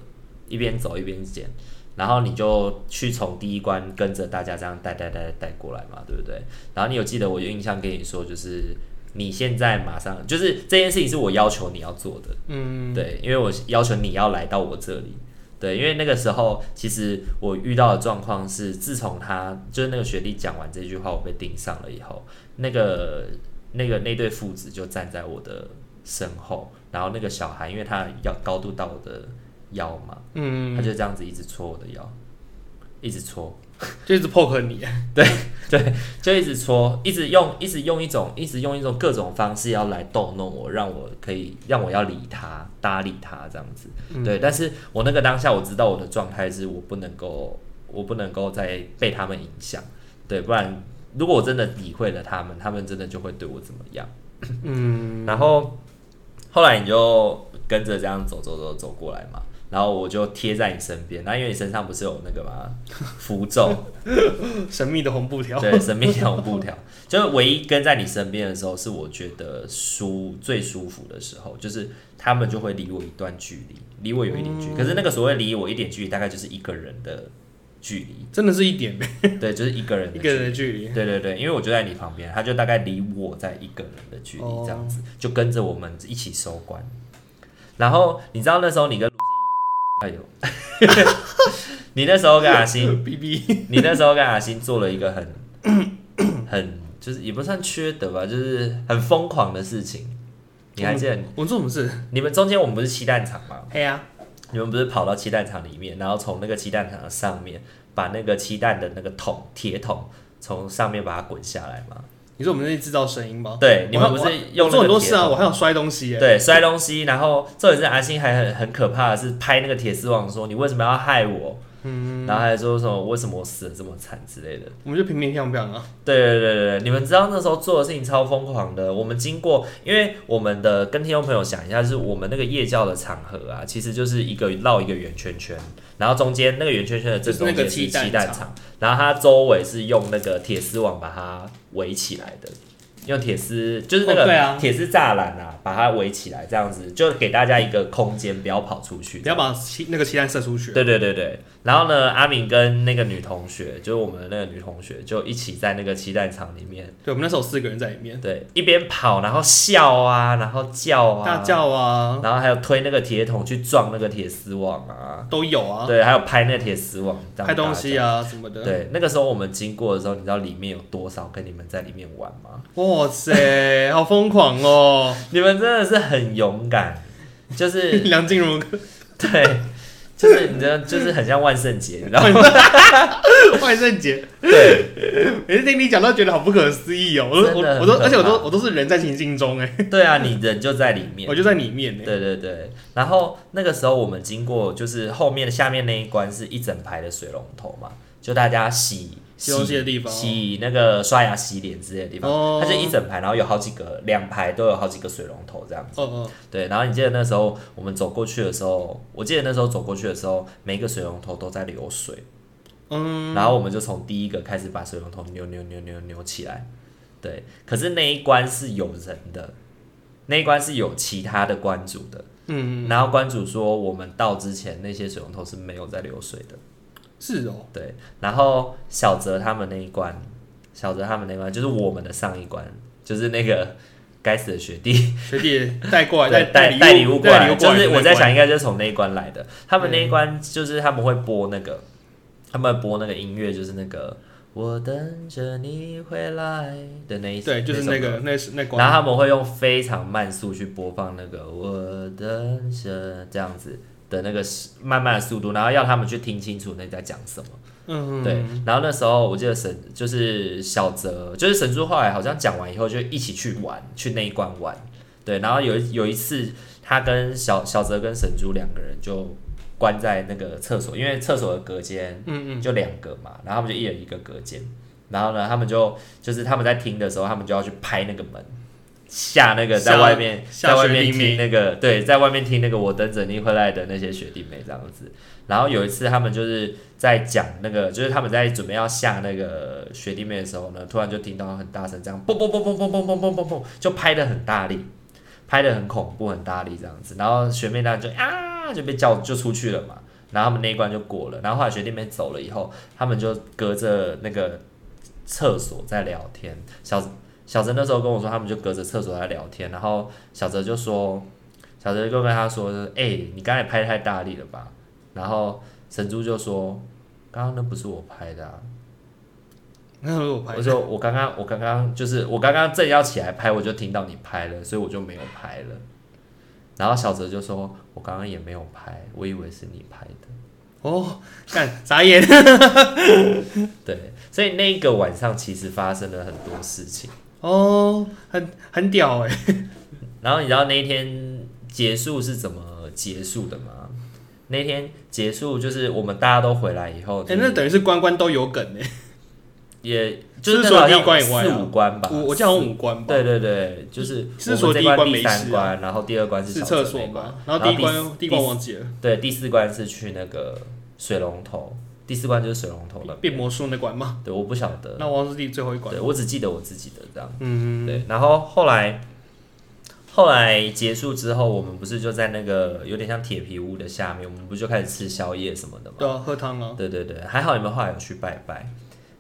Speaker 1: 一边走一边捡。然后你就去从第一关跟着大家这样带带带带过来嘛，对不对？然后你有记得我有印象跟你说，就是你现在马上就是这件事情是我要求你要做的，
Speaker 2: 嗯
Speaker 1: 对，因为我要求你要来到我这里。对，因为那个时候其实我遇到的状况是，自从他就是那个学弟讲完这句话，我被盯上了以后，那个那个那对父子就站在我的身后，然后那个小孩因为他要高度到我的腰嘛，
Speaker 2: 嗯，
Speaker 1: 他就这样子一直戳我的腰，一直戳，
Speaker 2: 就一直 poke 你，
Speaker 1: 就一直戳，一直用，一直用一种，一直用一种各种方式要来逗弄我，让我可以让我要理他，搭理他这样子。对，但是我那个当下我知道我的状态是我不能够，我不能够再被他们影响，对，不然如果我真的理会了他们，他们真的就会对我怎么样。
Speaker 2: 嗯，
Speaker 1: 然后后来你就跟着这样走走走走过来嘛，然后我就贴在你身边。那因为你身上不是有那个嘛符咒，
Speaker 2: 神秘的红布条，
Speaker 1: 对，神秘条布条，就是唯一跟在你身边的时候，是我觉得舒最舒服的时候，就是他们就会离我一段距离，离我有一点距离。可是那个所谓离我一点距离，大概就是一个人的距离，
Speaker 2: 真的是一点
Speaker 1: 对，就是一个人
Speaker 2: 一
Speaker 1: 的距
Speaker 2: 个人
Speaker 1: 离。
Speaker 2: 的距离。
Speaker 1: 对对对，因为我就在你旁边，他就大概离我在一个人的距离这样子，
Speaker 2: 哦
Speaker 1: 就跟着我们一起收官。然后你知道那时候你跟卢欣怡，哎呦， 你那时候跟阿星
Speaker 2: B B，
Speaker 1: 你那时候跟阿星做了一个很 很就是也不算缺德吧，就是很疯狂的事情。你还记得你
Speaker 2: 我们做什么事？
Speaker 1: 你们中间我们不是鸡蛋厂吗？
Speaker 2: 嘿呀，
Speaker 1: 你们不是跑到鸡蛋厂里面，然后从那个鸡蛋厂的上面把那个鸡蛋的那个桶铁桶从上面把它滚下来吗？
Speaker 2: 你说我们那制造声音吗？
Speaker 1: 对，你
Speaker 2: 我还
Speaker 1: 们不
Speaker 2: 我
Speaker 1: 是
Speaker 2: 还
Speaker 1: 用
Speaker 2: 哦我做很多
Speaker 1: 那个铁
Speaker 2: 事啊，
Speaker 1: 桶
Speaker 2: 我还有摔东西耶。
Speaker 1: 对，摔东西，然后重点是阿星还很很可怕的是拍那个铁丝网说你为什么要害我，嗯，然后还说什么为什么我死的这么惨之类的，
Speaker 2: 我们就平平平平啊。
Speaker 1: 对对对对对，你们知道那时候做的事情超疯狂的。我们经过，因为我们的跟听众朋友想一下，就是我们那个夜教的场合啊，其实就是一个绕一个圆圈圈，然后中间那个圆圈圈的正中间
Speaker 2: 就是是那个
Speaker 1: 鸡
Speaker 2: 鸡蛋
Speaker 1: 蛋场，然后它周围是用那个铁丝网把它围起来的，用铁丝就是那
Speaker 2: 哦对啊
Speaker 1: 个铁丝栅栏啊，把它围起来，这样子就给大家一个空间，不要跑出去。
Speaker 2: 不要把气那个气弹射出去。
Speaker 1: 对对对对，然后呢，阿敏跟那个女同学，就是我们的那个女同学，就一起在那个鸡蛋场里面。
Speaker 2: 对，我们那时候有四个人在里面，
Speaker 1: 对，一边跑，然后笑啊，然后叫啊，
Speaker 2: 大，叫啊，
Speaker 1: 然后还有推那个铁桶去撞那个铁丝网啊，
Speaker 2: 都有啊，
Speaker 1: 对，还有拍那铁丝网，这样
Speaker 2: 拍东西
Speaker 1: 啊。
Speaker 2: 啊什么的。
Speaker 1: 对，那个时候我们经过的时候，你知道里面有多少跟你们在里面玩吗？
Speaker 2: 哇塞，好疯狂哦！
Speaker 1: 你们真的是很勇敢，就 是
Speaker 2: 梁静茹，
Speaker 1: 对，就是你知道，就是很像万圣节，你知道吗？
Speaker 2: 万圣节，
Speaker 1: 对
Speaker 2: 每次听你讲都觉得好不可思议哦。我都
Speaker 1: 真的
Speaker 2: 我
Speaker 1: 很
Speaker 2: 我都，
Speaker 1: 可怕
Speaker 2: 而且我都我都是人在情境中哎，
Speaker 1: 对啊，你人就在里面
Speaker 2: 我。就在里面哎。
Speaker 1: 对对对，然后那个时候我们经过，就是后面的下面那一关是一整排的水龙头嘛，就大家洗
Speaker 2: 洗东西的地方
Speaker 1: 洗那个刷牙、洗脸之类的地方，
Speaker 2: 哦
Speaker 1: 它就一整排，然后有好几个，两排都有好几个水龙头这样。
Speaker 2: 哦哦，
Speaker 1: 对，然后你记得那时候我们走过去的时候，我记得那时候走过去的时候，每一个水龙头都在流水，
Speaker 2: 嗯，
Speaker 1: 然后我们就从第一个开始把水龙头扭扭扭扭扭起来。对，可是那一关是有人的，那一关是有其他的关主的。
Speaker 2: 嗯，
Speaker 1: 然后关主说，我们到之前那些水龙头是没有在流水的。
Speaker 2: 是哦，
Speaker 1: 对，然后小泽他们那一关，小泽他们那一关就是我们的上一关，就是那个该死的学弟
Speaker 2: 学弟带过来
Speaker 1: 对带
Speaker 2: 带
Speaker 1: 带
Speaker 2: 礼
Speaker 1: 物
Speaker 2: 带礼
Speaker 1: 来，
Speaker 2: 物过
Speaker 1: 就
Speaker 2: 来，嗯
Speaker 1: 是我在想，
Speaker 2: 带礼物
Speaker 1: 应该就是从那一关来的。他们那一关就是他们会播那个，他们会播那个音乐，就是那个我等着你回来的那一
Speaker 2: 过来对，就是
Speaker 1: 首
Speaker 2: 那
Speaker 1: 歌
Speaker 2: 个那是那
Speaker 1: 然后
Speaker 2: 关，
Speaker 1: 他们会用非常慢速去播放那个我的神这样子的那个慢慢的速度，然后要他们去听清楚那在讲什么。
Speaker 2: 嗯，
Speaker 1: 对，然后那时候我记得神就是小泽，就是神珠后来好像讲完以后就一起去玩，去那一关玩。对，然后有一有一次他跟小小泽跟神珠两个人就关在那个厕所，因为厕所的隔间
Speaker 2: 嗯嗯，
Speaker 1: 就两个嘛，然后他们就一人一个隔间，然后呢，他们就就是他们在听的时候，他们就要去拍那个门，吓那个
Speaker 2: 吓
Speaker 1: 在外面
Speaker 2: 吓
Speaker 1: 在外
Speaker 2: 学
Speaker 1: 面
Speaker 2: 弟妹
Speaker 1: 听那个对，在外面听那个我等着你回来的那些学弟妹这样子。然后有一次他们就是在讲那个，就是他们在准备要吓那个学弟妹的时候呢，突然就听到很大声这样嘣嘣嘣嘣嘣嘣嘣嘣嘣嘣，就拍的很大力。拍的很恐怖，很大力这样子，然后学妹当然就啊就被叫就出去了嘛，然后他们那一关就过了，然后后来学弟妹走了以后，他们就隔着那个厕所在聊天。小小泽那时候跟我说，他们就隔着厕所在聊天，然后小泽就说，小泽就跟他说，哎、你刚才拍太大力了吧？然后神珠就说，刚刚那不是我拍的、啊，
Speaker 2: 那是我拍
Speaker 1: 我
Speaker 2: 的，
Speaker 1: 说我刚刚我刚刚就是我刚刚正要起来拍，我就听到你拍了，所以我就没有拍了。然后小泽就说：“我刚刚也没有拍，我以为是你拍的。”
Speaker 2: 哦，看眨眼，
Speaker 1: 对，所以那一个晚上其实发生了很多事情。
Speaker 2: 哦，很很屌哎，
Speaker 1: 然后你知道那一天结束是怎么结束的吗？那哦天结束就是我们大家都回来以后，
Speaker 2: 哎，那等于是关关都有梗哎，
Speaker 1: 也
Speaker 2: 就是
Speaker 1: 那
Speaker 2: 除
Speaker 1: 个
Speaker 2: 了
Speaker 1: 好
Speaker 2: 第一
Speaker 1: 像
Speaker 2: 关以外
Speaker 1: 四
Speaker 2: 啊
Speaker 1: 五关吧，
Speaker 2: 我我记得好像五关吧，
Speaker 1: 对对对，就是
Speaker 2: 是
Speaker 1: 我们
Speaker 2: 说
Speaker 1: 这
Speaker 2: 第一关没
Speaker 1: 第三
Speaker 2: 事啊
Speaker 1: 关，然后第二关是
Speaker 2: 是
Speaker 1: 小
Speaker 2: 厕
Speaker 1: 姐
Speaker 2: 所
Speaker 1: 妹
Speaker 2: 吧？
Speaker 1: 然
Speaker 2: 然
Speaker 1: 后
Speaker 2: 后第一
Speaker 1: 第
Speaker 2: 关
Speaker 1: 四
Speaker 2: 第一关忘记了，
Speaker 1: 对，第四关是去那个水龙头，第四关就是水龙头那
Speaker 2: 变
Speaker 1: 边。
Speaker 2: 魔术那关吗？
Speaker 1: 对，我不晓得，
Speaker 2: 那我忘记第最后一关
Speaker 1: 对，我只记得我自己的这样。
Speaker 2: 嗯，
Speaker 1: 对，然后后来后来结束之后，我们不是就在那个有点像铁皮屋的下面，我们不就开始吃宵夜什么的吗？
Speaker 2: 对啊，喝汤啊，
Speaker 1: 对对对，还好你们后来有去拜拜。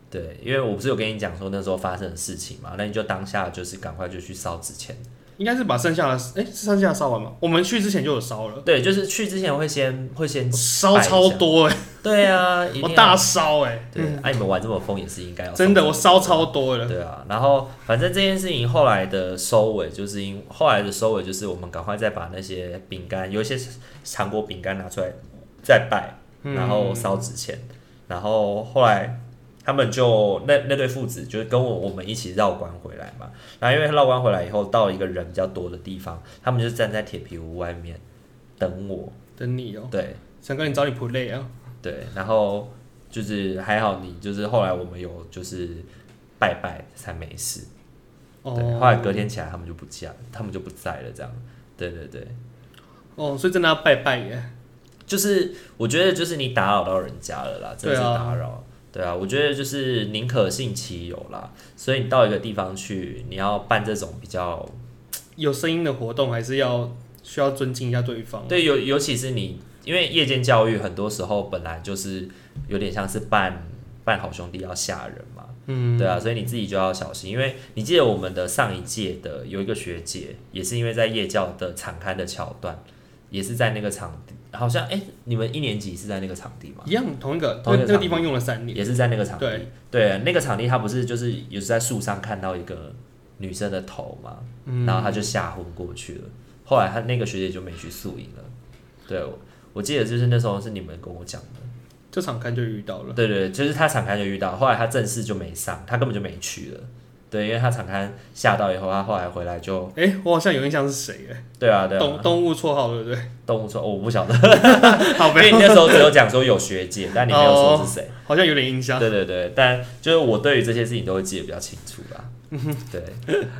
Speaker 1: 对，因为我不是有跟你讲说那时候发生的事情嘛，那你就当下就是赶快就去烧纸钱。
Speaker 2: 应该是把剩下的，哎、是剩下的烧完吗？我们去之前就有烧了，
Speaker 1: 对，就是去之前会先会先
Speaker 2: 烧
Speaker 1: 拜一下
Speaker 2: 超。多哎、
Speaker 1: 对啊，一定
Speaker 2: 我
Speaker 1: 要
Speaker 2: 大烧哎、
Speaker 1: 对，哎、你们玩这么疯也是应该要
Speaker 2: 真的
Speaker 1: 送
Speaker 2: 我
Speaker 1: 这么
Speaker 2: 烧
Speaker 1: 多
Speaker 2: 超多了，
Speaker 1: 对啊，然后反正这件事情后来的收尾，就是因后来的收尾就是我们赶快再把那些饼干，有一些糖果饼干拿出来再拜，然后烧纸钱，然后后来他们就那那对父子就是跟我我们一起绕关回来嘛，然后因为绕关回来以后到一个人比较多的地方，他们就站在铁皮屋外面等我，
Speaker 2: 等你哦、
Speaker 1: 对
Speaker 2: 想跟你找你 play 啊，
Speaker 1: 对，然后就是还好你就是后来我们有就是拜拜才没事。
Speaker 2: 哦，
Speaker 1: 对，后来隔天起来他们就不见，他们就不在了，这样。对对对，
Speaker 2: 哦，所以真的要拜拜耶、
Speaker 1: 就是我觉得就是你打扰到人家了啦，真的是
Speaker 2: 对啊
Speaker 1: 打扰。对啊，我觉得就是宁可信其有啦，所以你到一个地方去，你要办这种比较
Speaker 2: 有声音的活动还是要需要尊敬一下对方，
Speaker 1: 对，尤尤其是你，因为夜间教育很多时候本来就是有点像是扮扮好兄弟要吓人嘛，嗯，对啊，所以你自己就要小心，因为你记得我们的上一届的有一个学姐，也是因为在夜教的场刊的桥段，也是在那个场地，好像哎、你们一年级是在那个场地吗？
Speaker 2: 一样同一个，
Speaker 1: 同一个
Speaker 2: 那那
Speaker 1: 场
Speaker 2: 个
Speaker 1: 地
Speaker 2: 地方用了三年，
Speaker 1: 也是在那个场地
Speaker 2: 对，
Speaker 1: 对，那个场地它不是就是有时在树上看到一个女生的头嘛，
Speaker 2: 嗯
Speaker 1: 然后她就吓昏过去了。后来她那个学姐就没去宿营了。对，我我记得就是那时候是你们跟我讲的，
Speaker 2: 这场看就遇到了，
Speaker 1: 对对，就是她场刊就遇到，后来她正式就没上，她根本就没去了。对，因为她场刊吓到以后，她后来回来就
Speaker 2: 哎、我好像有印象是谁哎、
Speaker 1: 对啊对
Speaker 2: 动
Speaker 1: 啊，
Speaker 2: 动物绰号对不对？
Speaker 1: 动物说、哦我不 晓得，
Speaker 2: 好
Speaker 1: 因为
Speaker 2: 呗
Speaker 1: 你，那时候只有讲说有学姐，但你没有说是谁。
Speaker 2: 好像有点印象。
Speaker 1: 对对对，但就是我对于这些事情都会记得比较清楚 啦。对，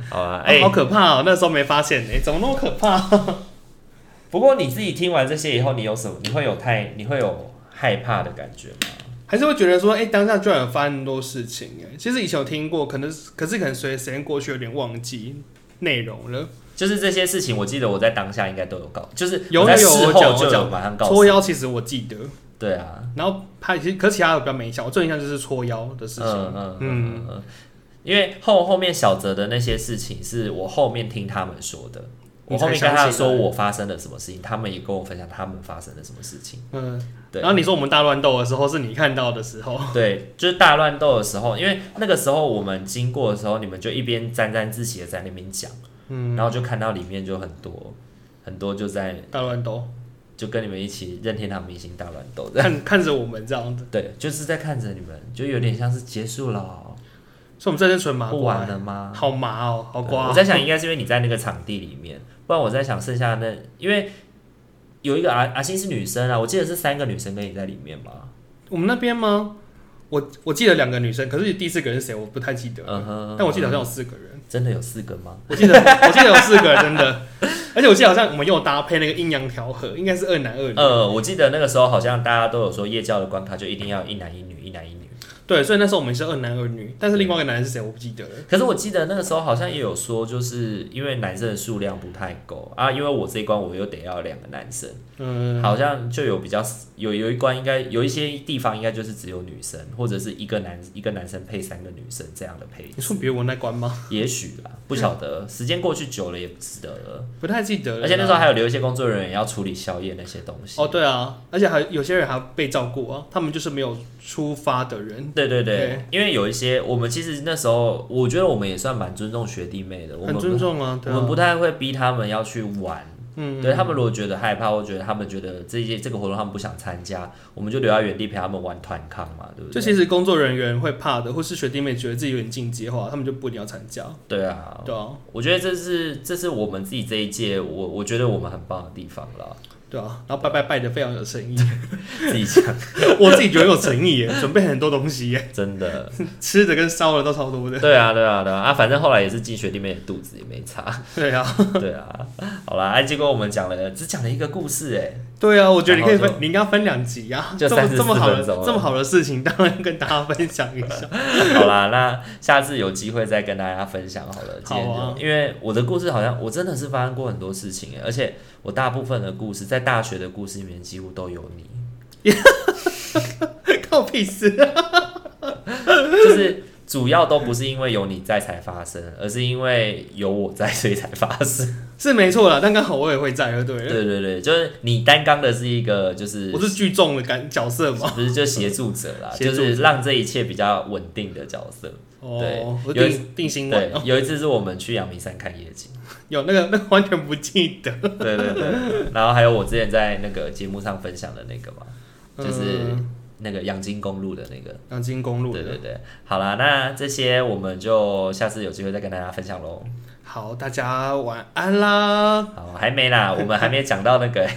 Speaker 1: 好啊，
Speaker 2: 啊
Speaker 1: 哎、
Speaker 2: 好可怕哦！那时候没发现哎、怎么那么可怕？
Speaker 1: 不过你自己听完这些以后，你有什么？你会有太，你会有害怕的感觉吗？
Speaker 2: 还是会觉得说，哎、当下居然有发生那么多事情哎、其实以前有听过，可能是可是可能随着时间过去，有点忘记内容了。
Speaker 1: 就是这些事情，我记得我在当下应该都有告，就是
Speaker 2: 有
Speaker 1: 我在
Speaker 2: 有
Speaker 1: 事
Speaker 2: 我
Speaker 1: 后
Speaker 2: 讲
Speaker 1: 就
Speaker 2: 我
Speaker 1: 有
Speaker 2: 讲
Speaker 1: 马上告诉
Speaker 2: 搓
Speaker 1: 你。
Speaker 2: 腰其实我记得，
Speaker 1: 对啊，
Speaker 2: 然后拍其实可是其他的比较没印象，我最有印象就是搓腰的事情。
Speaker 1: 嗯嗯嗯嗯，因为后后面小泽的那些事情是我后面听他们说的。我
Speaker 2: 你
Speaker 1: 后
Speaker 2: 才
Speaker 1: 面跟他
Speaker 2: 想起来
Speaker 1: 说我发生了什么事情，他们也跟我分享他们发生了什么事情。
Speaker 2: 嗯，
Speaker 1: 对，
Speaker 2: 然后你说我们大乱斗的时候是你看到的时候，
Speaker 1: 对，就是大乱斗的时候，因为那个时候我们经过的时候，你们就一边沾沾自喜的在那边讲，嗯，然后就看到里面就很多很多就在
Speaker 2: 大乱 斗
Speaker 1: 就跟你们一起任天堂明星大乱斗的，
Speaker 2: 看看着我们这样子，
Speaker 1: 对，就是在看着你们，就有点像是结束了哦，
Speaker 2: 所以我们这是纯麻
Speaker 1: 不
Speaker 2: 瓜
Speaker 1: 玩
Speaker 2: 欸，
Speaker 1: 了吗？
Speaker 2: 好麻哦、好
Speaker 1: 对
Speaker 2: 瓜、
Speaker 1: 我在想，应该是因为你在那个场地里面，不然我在想剩下的那，因为有一个阿阿星是女生啊，我记得是三个女生跟你在里面嘛，
Speaker 2: 我们那边吗？我我记得两个女生，可是第四个人是谁我不太记得了
Speaker 1: 嗯哼，
Speaker 2: 但我记得好像有四个人，
Speaker 1: 真的有四个吗？
Speaker 2: 我记得 我记得有四个人真的，而且我记得好像我们又搭配那个阴阳调和，应该是二男二女，
Speaker 1: 呃，我记得那个时候好像大家都有说夜教的关卡就一定要一男一女，一男一女。
Speaker 2: 对，所以那时候我们是二男二女，但是另外一个男人是谁我不记得了。
Speaker 1: 可是我记得那个时候好像也有说，就是因为男生的数量不太够啊，因为我这一关我又得要两个男生，
Speaker 2: 嗯，
Speaker 1: 好像就有比较有有一关应该有一些地方应该就是只有女生，或者是一个男一个男生配三个女生这样的配
Speaker 2: 你
Speaker 1: 置，
Speaker 2: 说比如我那关吗？
Speaker 1: 也许
Speaker 2: 嗯
Speaker 1: 啦，不晓得，时间过去久了也不记得了，
Speaker 2: 不太记得了啦，
Speaker 1: 而且那时候还有留一些工作人员要处理宵夜那些东西。
Speaker 2: 哦，对啊，而且还有些人还被照顾啊，他们就是没有出发的人，
Speaker 1: 对对对，
Speaker 2: 对
Speaker 1: 因为有一些我们其实那时候，我觉得我们也算蛮尊重学弟妹的，我们
Speaker 2: 很
Speaker 1: 不
Speaker 2: 尊重啊，
Speaker 1: 我
Speaker 2: 对
Speaker 1: 们
Speaker 2: 啊
Speaker 1: 不，太会逼他们要去玩。嗯，对他们如果觉得害怕，或觉得他们觉得这些这个活动他们不想参加，我们就留在原地陪他们玩团康嘛，对不
Speaker 2: 就
Speaker 1: 对？
Speaker 2: 其实工作人员会怕的，或是学弟妹觉得自己有点进阶的话，他们就不一定要参加，
Speaker 1: 对啊，
Speaker 2: 对啊，
Speaker 1: 我觉得这是这是我们自己这一届，我我觉得我们很棒的地方了。
Speaker 2: 对啊，然后拜拜拜的非常有诚意，
Speaker 1: 自己讲，
Speaker 2: 我自己觉得有诚意耶，准备很多东西耶，
Speaker 1: 真的，
Speaker 2: 吃的跟烧的都超多的。
Speaker 1: 对啊，对啊，对啊，啊，反正后来也是进学弟妹的肚子，也没差，
Speaker 2: 对啊，
Speaker 1: 对啊，好啦，哎、结果我们讲了，只讲了一个故事、欸
Speaker 2: 对啊，我觉得你可以
Speaker 1: 然后
Speaker 2: 分，你应该分两集啊，
Speaker 1: 就
Speaker 2: 这么
Speaker 1: 34
Speaker 2: 这么好的
Speaker 1: 分钟了
Speaker 2: 这么好的事情，当然跟大家分享一下。
Speaker 1: 哎， 好啦，那下次有机会再跟大家分享好了，今天就、
Speaker 2: 好啊
Speaker 1: 因为我的故事好像我真的是发生过很多事情、哎，而且我大部分的故事在大学的故事里面几乎都有你，
Speaker 2: 靠屁事！
Speaker 1: 就是主要都不是因为有你在才发生，而是因为有我在所以才发 生。
Speaker 2: 是没错啦，但刚好我也会在，对不对了？
Speaker 1: 对对对，就是你担纲的是一个就是
Speaker 2: 我是聚众的感角色嘛。
Speaker 1: 不是就协助者 啦，
Speaker 2: 协
Speaker 1: 就
Speaker 2: 助者
Speaker 1: 是让这一切比较稳定的角色。对
Speaker 2: 哦，我
Speaker 1: 有一
Speaker 2: 定定心丸
Speaker 1: 对，，有一次是我们去阳明山看夜景，
Speaker 2: 哦有那个那个完全不记得，
Speaker 1: 对对对，然后还有我之前在那个节目上分享的那个嘛，就是
Speaker 2: 嗯
Speaker 1: 那个阳金公路的那个。
Speaker 2: 南京公路
Speaker 1: 对对
Speaker 2: 的。
Speaker 1: 对，好啦，那这些我们就下次有机会再跟大家分享喽。
Speaker 2: 好，大家晚安啦！
Speaker 1: 好，还没 啦，我们还没讲到那个、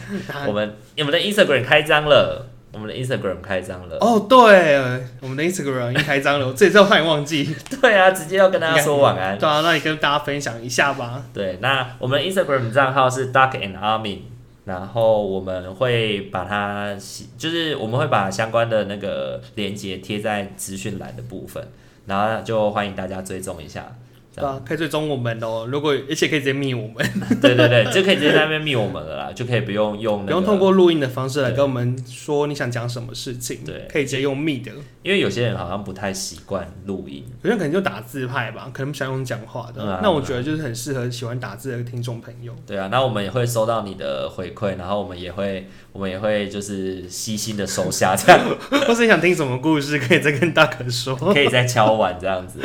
Speaker 1: 我们我们的 Instagram 开张了，我们的 Instagram 开张了。
Speaker 2: 哦，对，我们的 Instagram 已经开张了，我这次我差点忘记。
Speaker 1: 对啊，直接要跟大家说晚安。
Speaker 2: 对啊，那你跟大家分享一下吧。
Speaker 1: 对，那我们的 Instagram 账号是 Duck and Armin，然后我们会把它，就是我们会把相关的那个链接贴在资讯栏的部分，然后就欢迎大家追踪一下。 这
Speaker 2: 对
Speaker 1: 样
Speaker 2: 啊，可以追踪我们哦。如果而且可以直接密我们，
Speaker 1: 对对对，就可以直接在那边密我们了啦，就可以不用用
Speaker 2: 不
Speaker 1: 那
Speaker 2: 用通
Speaker 1: 个，
Speaker 2: 过录音的方式来
Speaker 1: 对
Speaker 2: 跟我们说你想讲什么事情，
Speaker 1: 对
Speaker 2: 可以直接用密的。
Speaker 1: 因为有些人好像不太习惯录音。
Speaker 2: 有些人可能就打字派吧，可能不想用讲话的。
Speaker 1: 嗯啊
Speaker 2: 那我觉得就是很适合喜欢打字的听众朋友。
Speaker 1: 对啊，那我们也会收到你的回馈，然后我们也会，我们也会就是悉心的收下，这样
Speaker 2: 或是你想听什么故事，可以再跟大可说。
Speaker 1: 可以再敲碗这样子。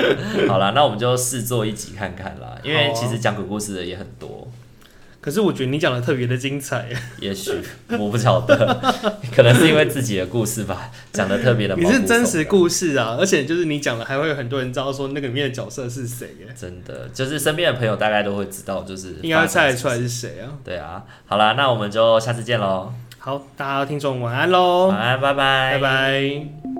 Speaker 1: 好啦，那我们就试做一集看看啦，因
Speaker 2: 啊
Speaker 1: 为其实讲鬼故事的也很多，
Speaker 2: 可是我觉得你讲的特别的 精彩，
Speaker 1: 也许我不晓得，可能是因为自己的故事吧，讲的特别的。
Speaker 2: 你是真实，故事啊，而且就是你讲的还会有很多人知道说那个里面的角色是谁耶，
Speaker 1: 真的就是身边的朋友大概都会知道，就是
Speaker 2: 应该会猜得
Speaker 1: 发
Speaker 2: 出来是谁啊。
Speaker 1: 生什么事。对啊，好啦，那我们就下次见喽，
Speaker 2: 好，大家听众晚安喽，
Speaker 1: 晚安，拜拜，
Speaker 2: 拜拜